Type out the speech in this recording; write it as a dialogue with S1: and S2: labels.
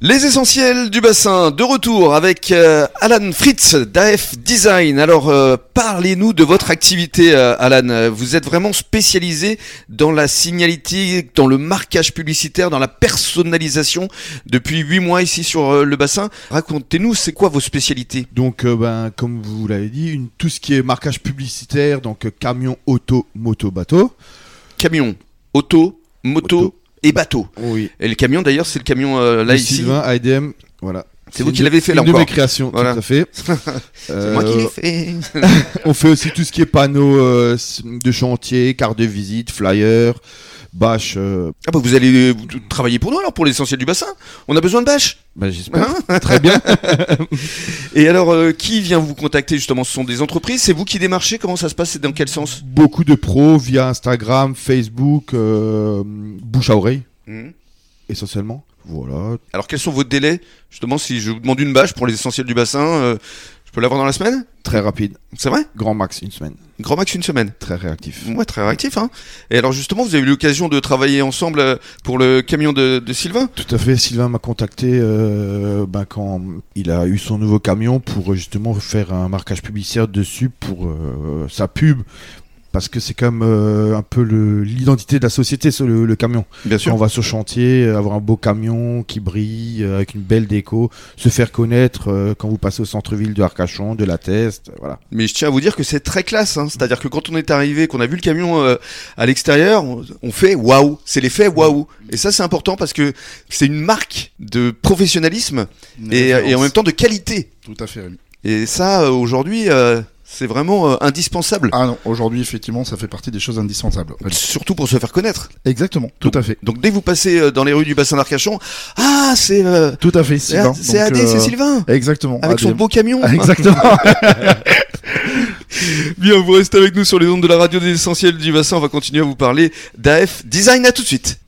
S1: Les essentiels du bassin, de retour avec euh, Alan Fritz d'AF Design. Alors, euh, parlez-nous de votre activité, euh, Alan. Vous êtes vraiment spécialisé dans la signalétique, dans le marquage publicitaire, dans la personnalisation depuis huit mois ici sur euh, le bassin. Racontez-nous, c'est quoi vos spécialités
S2: Donc, euh, ben, comme vous l'avez dit, une- tout ce qui est marquage publicitaire, donc euh, camion, auto, moto, bateau.
S1: Camion, auto, moto,
S2: Moto.
S1: et bateau.
S2: Oui.
S1: Et le camion, d'ailleurs, c'est le camion euh, là
S2: Là,
S1: ici.
S2: Sylvain, ADM, voilà.
S1: C'est vous
S2: une
S1: qui
S2: de-
S1: l'avez fait, là,
S2: Une de
S1: encore.
S2: mes créations,
S1: Voilà.
S2: tout à fait.
S1: C'est
S2: Euh,
S1: moi qui l'ai fait.
S2: On fait aussi tout ce qui est panneaux euh, s- de chantier, cartes de visite, flyers, bâches. euh,
S1: Ah bah vous allez euh, vous travailler pour nous alors pour l'essentiel du bassin. On a besoin de bâches.
S2: ben, j'espère.
S1: Hein
S2: Très bien.
S1: Et alors euh, qui vient vous contacter justement Ce sont des entreprises. C'est vous qui démarchez Comment ça se passe et dans quel sens
S2: Beaucoup de pros via Instagram, Facebook, euh, bouche à oreille, essentiellement. Voilà.
S1: Hmm Alors quels sont vos délais justement Si je vous demande une bâche pour l'essentiel du bassin, euh, je peux l'avoir dans la semaine
S2: Très rapide.
S1: C'est vrai
S2: Grand max, une semaine.
S1: Grand max une semaine.
S2: Très réactif.
S1: Ouais, très réactif. Hein et alors justement, vous avez eu l'occasion de travailler ensemble euh, pour le camion de, de Sylvain.
S2: Tout à fait, Sylvain m'a contacté euh, ben, quand il a eu son nouveau camion pour euh, justement faire un marquage publicitaire dessus pour euh, sa pub. Parce que c'est comme euh, un peu le- l'identité de la société, ce- le, le camion.
S1: Bien
S2: Quand on va sur chantier, euh, avoir un beau camion qui brille, euh, avec une belle déco, se faire connaître euh, quand vous passez au centre-ville de Arcachon, de la Teste, voilà.
S1: Mais je tiens à vous dire que c'est très classe. hein. C'est-à-dire que quand on est arrivé, qu'on a vu le camion euh, à l'extérieur, on, on fait waouh. C'est l'effet waouh. Et ça, c'est important parce que c'est une marque de professionnalisme
S3: Une
S1: et,
S3: référence.
S1: et en même temps de qualité.
S3: Tout à fait, Rémi.
S1: Et ça, euh, aujourd'hui, euh, c'est vraiment euh, indispensable. Euh,
S3: Ah non, aujourd'hui, effectivement, ça fait partie des choses indispensables.
S1: Surtout pour se faire connaître.
S3: Exactement, tout à fait.
S1: Donc dès que vous passez euh, dans les rues du bassin d'Arcachon, ah c'est euh,
S3: Tout à fait,
S1: c'est
S3: Sylvain.
S1: c'est
S3: Donc,
S1: AD,
S3: euh, Ah,
S1: c'est Sylvain
S3: Exactement.
S1: avec son
S3: ADM.
S1: beau camion.
S3: Exactement.
S1: Bien, vous restez avec nous sur les ondes de la radio des essentiels du bassin. On va continuer à vous parler d'AF Design. À tout de suite.